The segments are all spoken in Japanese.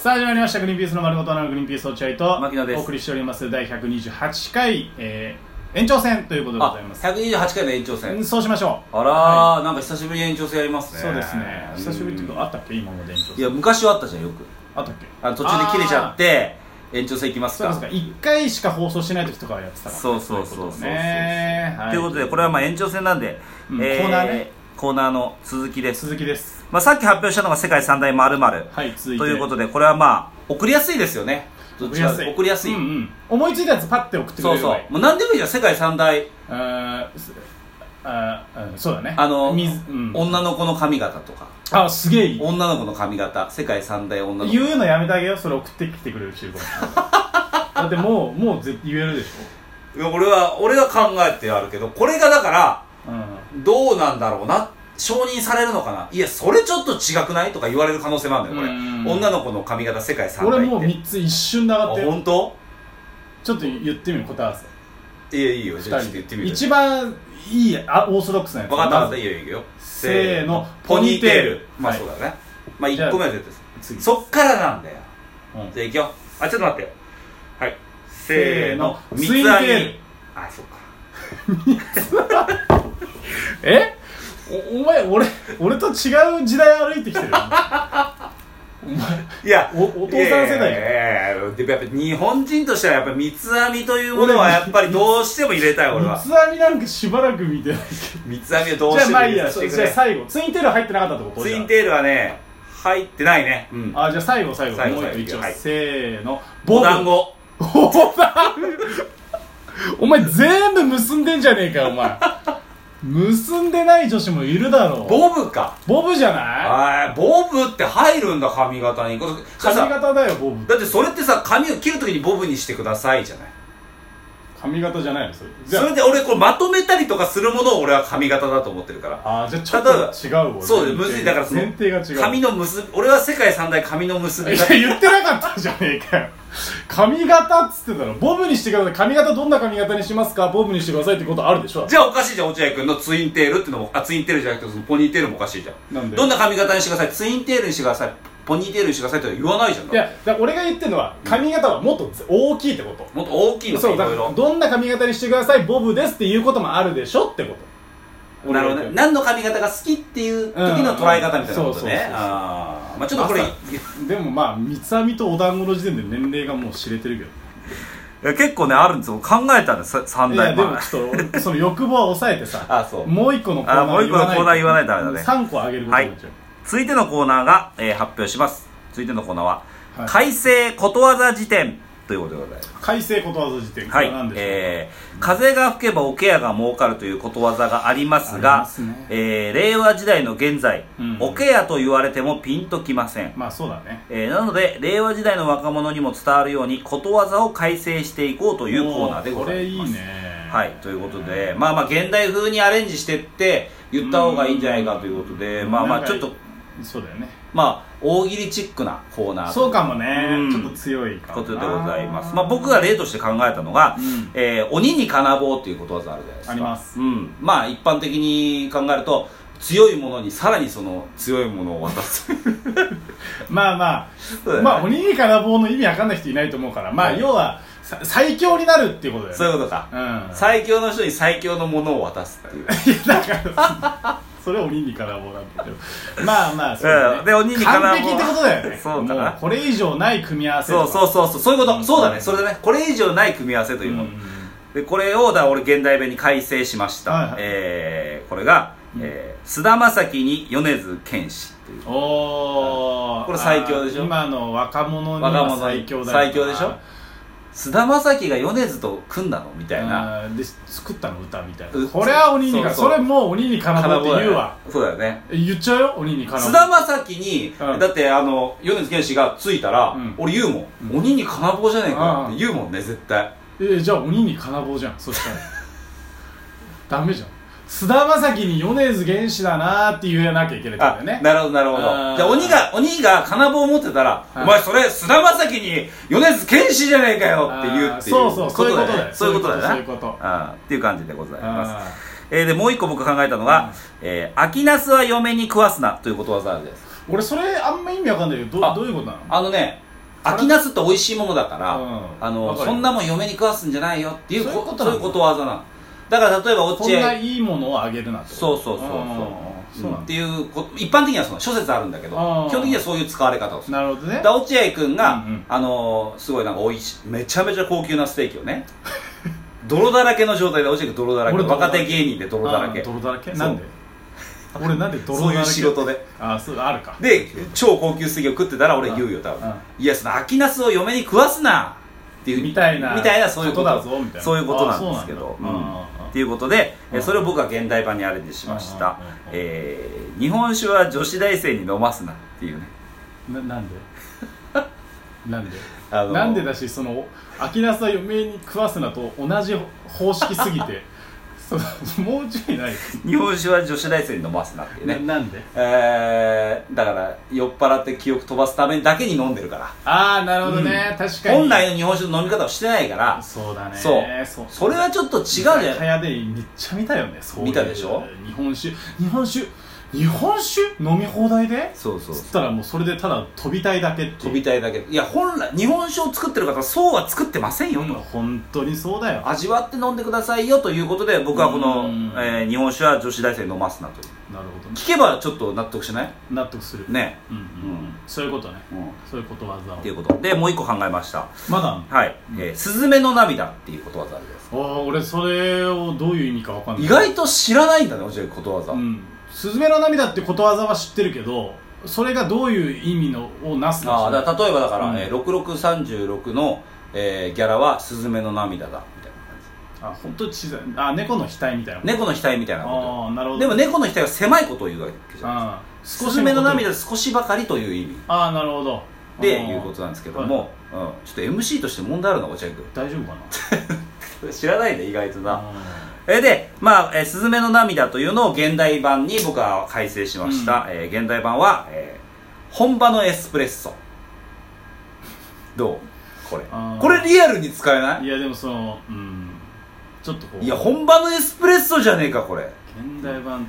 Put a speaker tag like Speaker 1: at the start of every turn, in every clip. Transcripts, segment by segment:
Speaker 1: さあ始まりました「グリーンピースの丸ごとなるグリーンピース落合」と
Speaker 2: 牧野です
Speaker 1: お送りしております第128回、えー延長戦ということでご
Speaker 2: あ
Speaker 1: ざいます
Speaker 2: 128回の延長
Speaker 1: うん
Speaker 2: 戦
Speaker 1: そうしましょう
Speaker 2: あらー、
Speaker 1: は
Speaker 2: なんか久しぶりに延長戦やりますね
Speaker 1: そうですね久しぶりっていうかあったっけ今まで延長
Speaker 2: い
Speaker 1: 戦
Speaker 2: や昔はあったじゃんよく
Speaker 1: あったっけ
Speaker 2: あの途中で切れちゃって延長戦いきます
Speaker 1: そう
Speaker 2: か
Speaker 1: ですか1回しか放送してない時とかはやってたから
Speaker 2: そうそうそうそ
Speaker 1: とい
Speaker 2: う
Speaker 1: ことねは
Speaker 2: ということでこれはまあ延長戦なんで、
Speaker 1: うんコーナーね
Speaker 2: コーナーの続きです、
Speaker 1: 鈴木です
Speaker 2: まあ、さっき発表したのが世界三大〇〇
Speaker 1: はい続
Speaker 2: と
Speaker 1: いて
Speaker 2: いうことでこれはまあ送りやすいですよねどっ
Speaker 1: 送
Speaker 2: ち
Speaker 1: り
Speaker 2: か
Speaker 1: やすい
Speaker 2: 送りやすい、
Speaker 1: うんうん思いついたやつパッて送ってく
Speaker 2: そ
Speaker 1: れ
Speaker 2: う
Speaker 1: る
Speaker 2: そうもう何でもいいじゃん世界三大
Speaker 1: あーすあーうんそうだね
Speaker 2: あの、
Speaker 1: 水うん
Speaker 2: 女の子の髪型とか
Speaker 1: あすげえいい
Speaker 2: 女の子の髪型世界三大女の子
Speaker 1: 言うのやめてあげようそれ送ってきてくれる中古 だってもうもう絶言えるでし
Speaker 2: いや俺は俺は考えてあるけどこれがだから
Speaker 1: ょ、うん、
Speaker 2: どうなんだろうな承認されるのかないやそれちょっと違くないとか言われる可能性もあるんだよ
Speaker 1: うん
Speaker 2: これ女の子の髪型世界三大って
Speaker 1: 俺もう3つ一瞬で上
Speaker 2: あ
Speaker 1: がってる
Speaker 2: 本当
Speaker 1: ちょっと言ってみる答え合わせ
Speaker 2: いやいいよじゃあちょっと言
Speaker 1: 二
Speaker 2: って
Speaker 1: 人
Speaker 2: み
Speaker 1: で
Speaker 2: る
Speaker 1: 一番いいあオーソドックスなやつ
Speaker 2: 分かった分か
Speaker 1: ま
Speaker 2: った
Speaker 1: ず
Speaker 2: いいよいいよ
Speaker 1: せーの
Speaker 2: ポニーテールまあ
Speaker 1: はい
Speaker 2: そうだねまあ
Speaker 1: じゃあ
Speaker 2: 1個目は絶対
Speaker 1: 次
Speaker 2: そっからなんだよ
Speaker 1: うん
Speaker 2: じゃあいくよあちょっと待ってよはいせーの
Speaker 1: せーの
Speaker 2: 三つ編
Speaker 1: ツインテール
Speaker 2: みあそうか
Speaker 1: えおお前俺俺と違う時代歩いてきてるお前
Speaker 2: いや
Speaker 1: おお父さん世代
Speaker 2: いやいやいやでもやっぱ日本人としてはやっぱ三つ編みというものはやっぱりどうしても入れた い俺
Speaker 1: 三
Speaker 2: は
Speaker 1: つ編みなんかしばらく見てない
Speaker 2: 三つ編みをどう
Speaker 1: じゃ
Speaker 2: し
Speaker 1: あ
Speaker 2: て
Speaker 1: ま
Speaker 2: も
Speaker 1: あい
Speaker 2: 入
Speaker 1: い
Speaker 2: れ
Speaker 1: や
Speaker 2: さ
Speaker 1: そ
Speaker 2: せて
Speaker 1: う
Speaker 2: く
Speaker 1: じゃあ
Speaker 2: れ
Speaker 1: 最後ツインテール入ってなかったってこと
Speaker 2: ツイン
Speaker 1: ー
Speaker 2: テールはね入ってないねうん
Speaker 1: ルあじゃあ最後最後
Speaker 2: 最後
Speaker 1: もう一個
Speaker 2: 最後
Speaker 1: 一応、
Speaker 2: はい
Speaker 1: せーの
Speaker 2: お団子
Speaker 1: おお前全部結んでんじゃねえかよお前結んでない女子もいるだろう
Speaker 2: ボブか
Speaker 1: ボブじゃな
Speaker 2: あーボブって入るんだ髪型にこれ
Speaker 1: い
Speaker 2: さ
Speaker 1: 髪型だよボブ
Speaker 2: だってそれってさ髪を切るときにボブにしてくださいじゃない
Speaker 1: 髪型じゃないのそれじ
Speaker 2: そ
Speaker 1: ゃ
Speaker 2: れで俺これまとめたりとかするものを俺は髪型だと思ってるから
Speaker 1: ああーじゃあちょっと違うわ
Speaker 2: そうだ
Speaker 1: 前
Speaker 2: よむ
Speaker 1: 提
Speaker 2: ずいだからその
Speaker 1: 前提が違う
Speaker 2: 髪の結び俺は世界三大髪の結び
Speaker 1: い
Speaker 2: 方
Speaker 1: や言ってなかったじゃねえかよ髪型っつってたらボブにしてください髪型どんな髪型にしますかボブにしてくださいってことあるでしょ
Speaker 2: じゃあおかしいじゃん落合君のツインテールってのもあツインテールじゃなくてそのポニーテールもおかしいじゃん
Speaker 1: なんで
Speaker 2: どんな髪型にしてくださいツインテールにしてくださいポニーテールにしてくださいって言わないじゃん
Speaker 1: いやだから俺が言ってるのは髪型はもっと大きいってこと
Speaker 2: もっと大きいの
Speaker 1: そ
Speaker 2: さ
Speaker 1: う
Speaker 2: い
Speaker 1: だ
Speaker 2: ろ
Speaker 1: か
Speaker 2: い
Speaker 1: ら
Speaker 2: ろ
Speaker 1: どんな髪型にしてくださいボブですっていうこともあるでしょってこと
Speaker 2: なるほどね何の髪型が好きっていう時の捉え方みたいなこ
Speaker 1: うんうんそうそう
Speaker 2: と
Speaker 1: そう
Speaker 2: ねあーまあちょっとこれい
Speaker 1: までもまあ三つ編みとお団子の時点で年齢がもう知れてるけど
Speaker 2: や結構ねあるんですよ考えたんです三
Speaker 1: いや
Speaker 2: 大
Speaker 1: でも
Speaker 2: ま
Speaker 1: ちょっとその欲望は抑えてさ
Speaker 2: あそう
Speaker 1: もう一個のコーナー
Speaker 2: あもう一個のコーナー言わないとダメだね
Speaker 1: 3個あげることになっちゃう、
Speaker 2: 続いてのコーナーが、えー発表します続いてのコーナーは
Speaker 1: はい
Speaker 2: 改正ことわざ辞典ということでございます
Speaker 1: 改正ことわざ辞典こ
Speaker 2: は
Speaker 1: れ
Speaker 2: い
Speaker 1: は何、でしょう、
Speaker 2: えー、風が吹けば桶屋が儲かるということわざがあります
Speaker 1: あり
Speaker 2: が
Speaker 1: ますね
Speaker 2: えー令和時代の現在、
Speaker 1: うん
Speaker 2: 桶屋と言われてもピンときません、
Speaker 1: まあそうだね
Speaker 2: えーなので令和時代の若者にも伝わるようにことわざを改正していこうというコーナーで
Speaker 1: おー
Speaker 2: ございます
Speaker 1: これいいね
Speaker 2: はい、ということで、まあまあ現代風にアレンジしてって言った方がいいんじゃないかということで、まあまあちょっと、
Speaker 1: そうだよね
Speaker 2: まあ大喜利チックなコーナーと
Speaker 1: そうかもね、
Speaker 2: うん
Speaker 1: ちょっと強いかも
Speaker 2: こ
Speaker 1: な
Speaker 2: とでございます。まあ、僕が例として考えたのが、
Speaker 1: うん
Speaker 2: えー鬼に金棒っていうことわざあるじゃないですか。
Speaker 1: あります
Speaker 2: うん。まあ、一般的に考えると、強いものにさらにその強いものを渡す。
Speaker 1: まあま
Speaker 2: そうだ
Speaker 1: あ
Speaker 2: ね
Speaker 1: まあ鬼に金棒の意味わかんない人いないと思うからまあ
Speaker 2: はい
Speaker 1: 要はさ最強になるっていうことだよね
Speaker 2: そういうことか。
Speaker 1: うん
Speaker 2: 最強の人に最強のものを渡すっていう。
Speaker 1: だからそれ鬼に金棒なんだけどまあまあそう
Speaker 2: う
Speaker 1: だ
Speaker 2: ん
Speaker 1: ね
Speaker 2: で鬼に金棒
Speaker 1: 完璧ってことだよね
Speaker 2: そうだな
Speaker 1: もうこれ以上ない組み合わせ
Speaker 2: そうそう
Speaker 1: う
Speaker 2: そうそう、そういうこと。
Speaker 1: ん
Speaker 2: そうだね。それだね。これ以上ない組み合わせというもの。で、これを、だから俺現代弁に改正しました。
Speaker 1: はいはい
Speaker 2: えーこれが、えー菅田将暉に米津玄師という。
Speaker 1: おー
Speaker 2: これ最強でし
Speaker 1: あ
Speaker 2: ょ
Speaker 1: ー今の若者に
Speaker 2: 若者
Speaker 1: は
Speaker 2: に
Speaker 1: 最強だよな
Speaker 2: 最強でしょ菅田将暉が米津と組んだのみたいな。
Speaker 1: あーで作ったの歌みたいうなこれは鬼に金棒
Speaker 2: そうそう
Speaker 1: それもう鬼に金棒って言うわ
Speaker 2: そうだよね
Speaker 1: 言っちゃうよ鬼に金棒
Speaker 2: 菅田将暉に、
Speaker 1: うん
Speaker 2: だってあの米津玄師がついたら、
Speaker 1: うん
Speaker 2: 俺言うもん、鬼に金棒じゃねえかよっ
Speaker 1: うん
Speaker 2: て言うもんね絶対
Speaker 1: えーじゃあ鬼に金棒じゃんそしたら ダメじゃん菅田将暉に米津玄師だなーって言えなきゃいけないんだよね
Speaker 2: なるほどなるほど
Speaker 1: あー
Speaker 2: じゃあ鬼が鬼が金棒を持ってたら、
Speaker 1: はい
Speaker 2: お前それ菅田将暉に米津玄師じゃねえかよって言うっていう
Speaker 1: あーそうそうそういうことだよ
Speaker 2: そういうことだよ
Speaker 1: そ
Speaker 2: な
Speaker 1: ういうことそういうこと
Speaker 2: あーっていう感じでございます
Speaker 1: あ
Speaker 2: えーでもう一個僕考えたのが「えー秋ナスは嫁に食わすな」ということわざあるじゃないですか
Speaker 1: ー俺それあんま意味わかんないけどど
Speaker 2: あ
Speaker 1: どういうことなの
Speaker 2: あのね秋ナスって美味しいものだから、
Speaker 1: うんわ
Speaker 2: あの
Speaker 1: かる
Speaker 2: そんなもん嫁に食わすんじゃないよっていう
Speaker 1: そういうこと
Speaker 2: そう
Speaker 1: なの
Speaker 2: いうことわざなのだから例えば落合
Speaker 1: こんないいものをあげるなって
Speaker 2: そう
Speaker 1: こと
Speaker 2: そうそ
Speaker 1: う
Speaker 2: う
Speaker 1: ん
Speaker 2: そう
Speaker 1: そう
Speaker 2: うん
Speaker 1: なん
Speaker 2: っ
Speaker 1: だ
Speaker 2: ていうこ一般的にはその諸説あるんだけど
Speaker 1: あー
Speaker 2: 基本的にはそういう使われ方をする
Speaker 1: なるほどね
Speaker 2: だから落合君が、
Speaker 1: うんうん
Speaker 2: あのーすごいなんかおいしめちゃめちゃ高級なステーキを ね泥だらけの状態で落合君泥だらけ
Speaker 1: 俺泥だ
Speaker 2: 若
Speaker 1: らけ
Speaker 2: 手芸人で泥だら
Speaker 1: あ
Speaker 2: け
Speaker 1: ー泥だらけ
Speaker 2: そう
Speaker 1: なんで俺なんで泥だ
Speaker 2: そ
Speaker 1: ら
Speaker 2: う
Speaker 1: け
Speaker 2: いう仕事で
Speaker 1: あーそうあるか
Speaker 2: で超高級ステーキを食ってたら俺言うよ多分、
Speaker 1: うん
Speaker 2: いやその秋ナスを嫁に食わすなっていうふうに
Speaker 1: みたいな
Speaker 2: みたいなそういうこと
Speaker 1: だぞみたいな
Speaker 2: そういうことなんですけど
Speaker 1: あーそうなんだあ
Speaker 2: うん
Speaker 1: ーあー
Speaker 2: っていうことで、え
Speaker 1: うん
Speaker 2: それを僕は現代版にアレンジしまし
Speaker 1: うん
Speaker 2: た
Speaker 1: うんうん
Speaker 2: 「えー日本酒は女子大生に飲ますな」っていうね
Speaker 1: な なんでなんで
Speaker 2: あの
Speaker 1: なんでだしその秋ナスは嫁に食わすなと同じ方式すぎ てそのもうちょいない
Speaker 2: 日本酒は女子大生に飲ますなっていうね
Speaker 1: ななんで
Speaker 2: えーだから酔っ払って記憶飛ばすためだけに飲んでるから
Speaker 1: ああなるほどね、
Speaker 2: うん
Speaker 1: 確かに
Speaker 2: 本来の日本酒の飲み方をしてないから
Speaker 1: そうだね
Speaker 2: そう
Speaker 1: そう
Speaker 2: それはちょっと違うじゃ
Speaker 1: 居酒
Speaker 2: ない
Speaker 1: 屋でめっちゃ見たよねそういう
Speaker 2: 見たでしょ
Speaker 1: 日本酒日本酒日本酒飲み放題で
Speaker 2: そうそう
Speaker 1: つったらもうそれでただ飛びたいだけっていう
Speaker 2: 飛びたいだけいや本来日本酒を作ってる方はそうは作ってませんよ
Speaker 1: うん
Speaker 2: と、
Speaker 1: 本当にそうだよ
Speaker 2: 味わって飲んでくださいよということで僕はこの
Speaker 1: うん、
Speaker 2: えー日本酒は女子大生に飲ますなと
Speaker 1: なるほどね
Speaker 2: 聞けばちょっと納得しない
Speaker 1: 納得する
Speaker 2: ね
Speaker 1: うんうん、
Speaker 2: うん
Speaker 1: そういうことね
Speaker 2: うんっ
Speaker 1: そういうことわざを
Speaker 2: ていうことでもう一個考えました
Speaker 1: まだあんの
Speaker 2: はい、えースズメの涙」っていうことわざあるじゃないですか
Speaker 1: ああ俺それをどういう意味かわかんない
Speaker 2: 意外と知らないんだね落合ことわざ、
Speaker 1: うん「スズメの涙」ってことわざは知ってるけどそれがどういう意味のをなすの
Speaker 2: ああだから例えばだから、
Speaker 1: うん
Speaker 2: えー、6636の、えーギャラは「スズメの涙だ」みたいな感じ
Speaker 1: あ本当に小さいあ猫の額みたいな、
Speaker 2: 猫の額みたいなこ
Speaker 1: ああなるほ
Speaker 2: と
Speaker 1: ど
Speaker 2: でも猫の額は狭いことを言うわけじゃない
Speaker 1: ああ
Speaker 2: スズメの涙
Speaker 1: あ
Speaker 2: 少しばかりという意味
Speaker 1: あなるほど
Speaker 2: で
Speaker 1: ああ
Speaker 2: いうことなんですけども、うん、ちょっと MC として問題あるな落合
Speaker 1: 大丈夫かな
Speaker 2: 君知らないね意外とな
Speaker 1: あ
Speaker 2: えで、まあえー「すずめの涙」というのを現代版に僕は改正しました、えー現代版は、えー本場のエスプレッソ」どうこれ
Speaker 1: あー
Speaker 2: これリアルに使え
Speaker 1: あ
Speaker 2: ない
Speaker 1: いやでもそのうんちょっとこう
Speaker 2: いや本場のエスプレッソじゃねえかこれ
Speaker 1: 現代版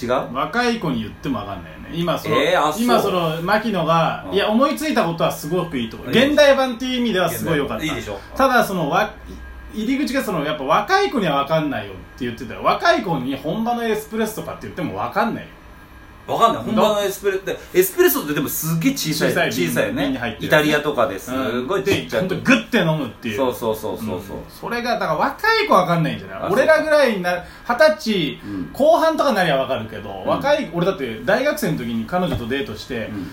Speaker 2: 違う
Speaker 1: 若い子に言ってもわかんないよね今その、
Speaker 2: えーあそう
Speaker 1: 今その牧野が、
Speaker 2: うん
Speaker 1: いや思いついたことはすごくいいとこ
Speaker 2: うん
Speaker 1: 現代版っていう意味ではすごい良かった
Speaker 2: いいでしょ
Speaker 1: ただそのわ入り口がそのやっぱ若い子には分かんないよって言ってたよ若い子に本場のエスプレッソとかって言っても分かんないよ
Speaker 2: わかんない本場のエスプレッソエスプレッソってでもすっげえ小さい
Speaker 1: 小さい瓶
Speaker 2: 小さいよ
Speaker 1: 瓶
Speaker 2: ね
Speaker 1: に入ってる
Speaker 2: イタリアとかですごいちっちゃ
Speaker 1: 本
Speaker 2: い
Speaker 1: 当グッて飲むっていう
Speaker 2: そうそうそうそうそう、
Speaker 1: んそれがだから若い子は分かんないんじゃな
Speaker 2: あ
Speaker 1: い俺らぐらいにな二十歳
Speaker 2: うん
Speaker 1: 後半とかなりゃ分かるけど、
Speaker 2: ん
Speaker 1: 若い俺だって大学生の時に彼女とデートして、
Speaker 2: ん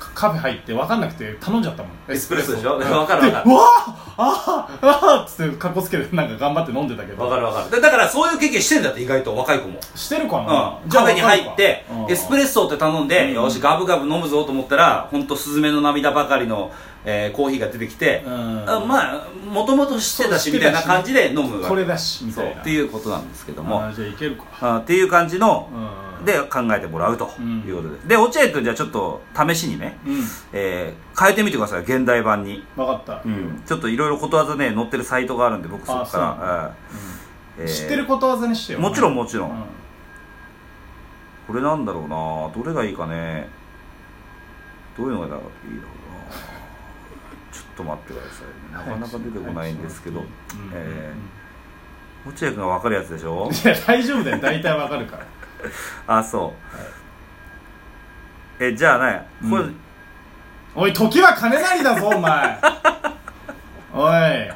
Speaker 1: カカフェ入って分かんなくて頼んじゃったもん
Speaker 2: エスプレッソでし
Speaker 1: う
Speaker 2: ょ
Speaker 1: ん
Speaker 2: わかるわかる
Speaker 1: うわああああっつってかっこつけてなんか頑張って飲んでたけど
Speaker 2: わかるわかるでだからそういう経験してんだって意外と若い子も、
Speaker 1: してるかな、
Speaker 2: うん、カフェに入ってエスプレ
Speaker 1: ッ
Speaker 2: ッソって頼んで、
Speaker 1: うん
Speaker 2: よしガブガブ飲むぞと思ったら本当スズメの涙ばかりの、えーコーヒーが出てきて、
Speaker 1: うん
Speaker 2: あまあもともと知ってたしみたいな感じで飲むわけ
Speaker 1: これだしみ
Speaker 2: そ
Speaker 1: た
Speaker 2: う
Speaker 1: いな
Speaker 2: っていうことなんですけども
Speaker 1: あーじゃあいけるか
Speaker 2: あっていう感じの
Speaker 1: うん
Speaker 2: で考えてもらうと
Speaker 1: うん
Speaker 2: いうことです、で落合君じゃあちょっと試しにね、
Speaker 1: うん
Speaker 2: えー変えてみてください現代版に、
Speaker 1: 分かった、
Speaker 2: うん、ちょっといろいろことわざね載ってるサイトがあるんで僕そこから、うんえー
Speaker 1: 知ってることわざにしてよ
Speaker 2: もちろん
Speaker 1: も
Speaker 2: もちろん、これなんだろうなどれがいいかねどういうのがいいだろうなちょっと待ってくださいねなかなか出てこないんですけど
Speaker 1: うん
Speaker 2: えー落合君が分かるやつでしょ
Speaker 1: いや大丈夫だよ大体わかるから
Speaker 2: あそう、えじゃあねこれ、
Speaker 1: うんおい時は金なりだぞお前おい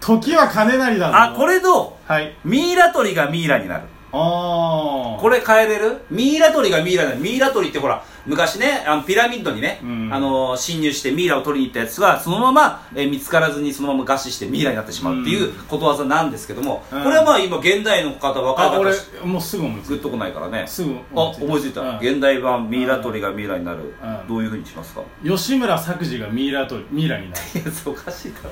Speaker 1: 時は金なりだぞ
Speaker 2: あこれど
Speaker 1: はいあ
Speaker 2: うミイラ取りがミイラになる
Speaker 1: あ
Speaker 2: これ変えれるミイラ取りがミイラだミイラ取りってほら昔ねあのピラミッドにね、
Speaker 1: うん
Speaker 2: あの侵入してミイラを取りに行ったやつがそのまま、えー見つからずにそのまま餓死してミイラになってしまうっていうことわざなんですけども、
Speaker 1: うん
Speaker 2: これはまあ今現代の方若い
Speaker 1: あ
Speaker 2: 方
Speaker 1: 俺
Speaker 2: し
Speaker 1: もうすぐ思いつ
Speaker 2: グ
Speaker 1: く
Speaker 2: ッとこないからね
Speaker 1: すぐ
Speaker 2: あ思いついた、
Speaker 1: うん
Speaker 2: 現代版ミイラ取りがミイラになる、
Speaker 1: うん
Speaker 2: どういうふうにしますか、
Speaker 1: 吉村作治がミイラとミイラになる
Speaker 2: いやそうおかしいか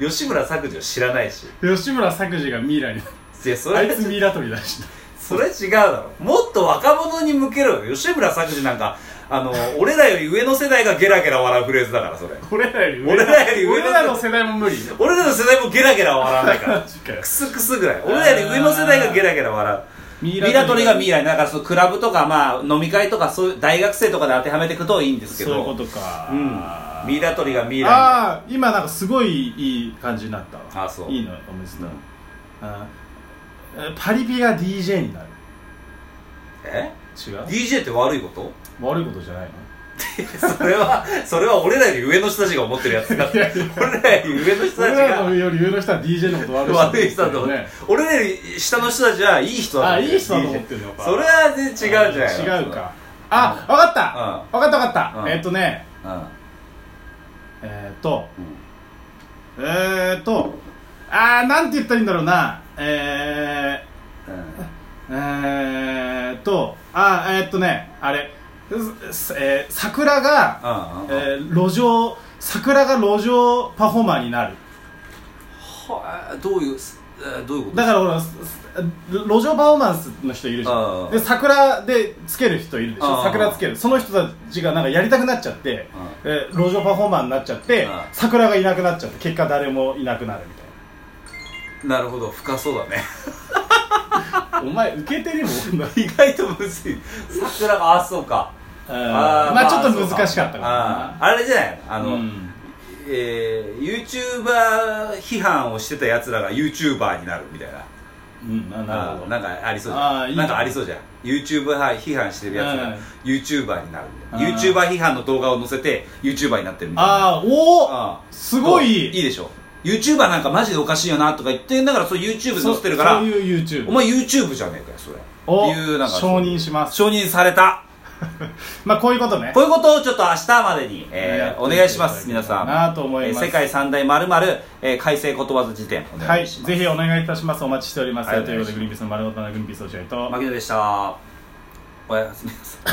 Speaker 2: ら吉村作治を知らないし
Speaker 1: 吉村作治がミイラになる
Speaker 2: いやそ
Speaker 1: あ
Speaker 2: れ
Speaker 1: いつミイラ取りだし
Speaker 2: それ違うだろもっと若者に向けろよ吉村作治なんかあの俺らより上の世代がゲラゲラ笑うフレーズだからそれ
Speaker 1: 俺らより上
Speaker 2: 俺らより上
Speaker 1: 俺らの世代も無理
Speaker 2: 俺らの世代もゲラゲラ笑わないか
Speaker 1: マ
Speaker 2: ら
Speaker 1: ジかよ
Speaker 2: クスクスぐらい俺らより上の世代がゲラゲラ笑う
Speaker 1: ミ
Speaker 2: ミイラ取りがミイ
Speaker 1: イ
Speaker 2: ラにだからそのクラブとか、まあ、飲み会とかそういう大学生とかで当てはめていくといいんですけど
Speaker 1: そういうことか、
Speaker 2: うん、ミイラ取りがミイラ
Speaker 1: ああ今なんかすごいいい感じになったわ
Speaker 2: あそう
Speaker 1: いいのお水だ、あーパリピが DJ になる
Speaker 2: にえ
Speaker 1: 違う
Speaker 2: DJ って悪いこと
Speaker 1: 悪いことじゃない
Speaker 2: それはそれは俺らより上の人たちが思ってるやつだ
Speaker 1: のいやいや
Speaker 2: 俺らより上の人た
Speaker 1: 俺
Speaker 2: ち
Speaker 1: らの
Speaker 2: が
Speaker 1: より上の人は DJ のこと悪い人だと思って
Speaker 2: 悪い
Speaker 1: る
Speaker 2: 人だと思って俺らより下の人たちはいい人だ
Speaker 1: あ
Speaker 2: と
Speaker 1: いい人だと思っ
Speaker 2: DJ
Speaker 1: てるのか
Speaker 2: それは全然違うじゃん
Speaker 1: 違うかあわかったわかったわかっ
Speaker 2: うん
Speaker 1: たえーっとねえーっとえーっとあーなんて言ったらいいんだろうなえー
Speaker 2: うん、うん
Speaker 1: えーっとあえーっとねあれ、すえー桜が、
Speaker 2: うんうん
Speaker 1: えー路上桜が路上パフォーマーになる
Speaker 2: はどういうすえーどういうこと
Speaker 1: だからほらすす路上パフォーマンスの人いるでし
Speaker 2: あ
Speaker 1: ょ
Speaker 2: あ
Speaker 1: で桜でつける人いるでし
Speaker 2: あ
Speaker 1: ょ
Speaker 2: あ
Speaker 1: 桜つけるその人たちがなんかやりたくなっちゃって
Speaker 2: ああ
Speaker 1: えー路上パフォーマーになっちゃって
Speaker 2: ああ
Speaker 1: 桜がいなくなっちゃって結果誰もいなくなるみたいな
Speaker 2: なるほど深そうだ ね
Speaker 1: お前受けてるもんな
Speaker 2: 意外とむずい桜があそうか
Speaker 1: あーまあちょっと難しかったか
Speaker 2: からあ
Speaker 1: な
Speaker 2: ーあれじゃないのあの、
Speaker 1: うん
Speaker 2: えー、YouTuber 批判をしてたやつらが YouTuber になるみたいな
Speaker 1: うんななるほ
Speaker 2: あ
Speaker 1: ど
Speaker 2: ーなんかありそうじゃ
Speaker 1: あー
Speaker 2: ん
Speaker 1: いいね
Speaker 2: なんかありそうじゃん YouTuber 批判してるやつ
Speaker 1: う
Speaker 2: が
Speaker 1: ん
Speaker 2: YouTuber になるみた
Speaker 1: う
Speaker 2: いな
Speaker 1: ん
Speaker 2: YouTuber 批判の動画を載せて YouTuber になってるみたいな
Speaker 1: ああおお
Speaker 2: ああ
Speaker 1: すごい
Speaker 2: いいでしょ YouTuber なんかマジでおかしいよなとか言ってんだからそれ YouTube に載せてるから
Speaker 1: そういう YouTube
Speaker 2: お前 YouTube じゃねえかよそれ
Speaker 1: お
Speaker 2: っていうなんか
Speaker 1: 承認します
Speaker 2: 承認された
Speaker 1: まあこういうことね
Speaker 2: こういうことをちょっと明日までに、えーお願いします皆さん
Speaker 1: なあと思います
Speaker 2: えー世界三大まるまる改正ことわざ辞典お
Speaker 1: は
Speaker 2: 願
Speaker 1: い
Speaker 2: いします、
Speaker 1: ぜひお願いいたしますお待ちしております
Speaker 2: はい
Speaker 1: ということでグリーンピースの丸ごとなグリーンピース落合と
Speaker 2: 牧野でしたおやすみなさい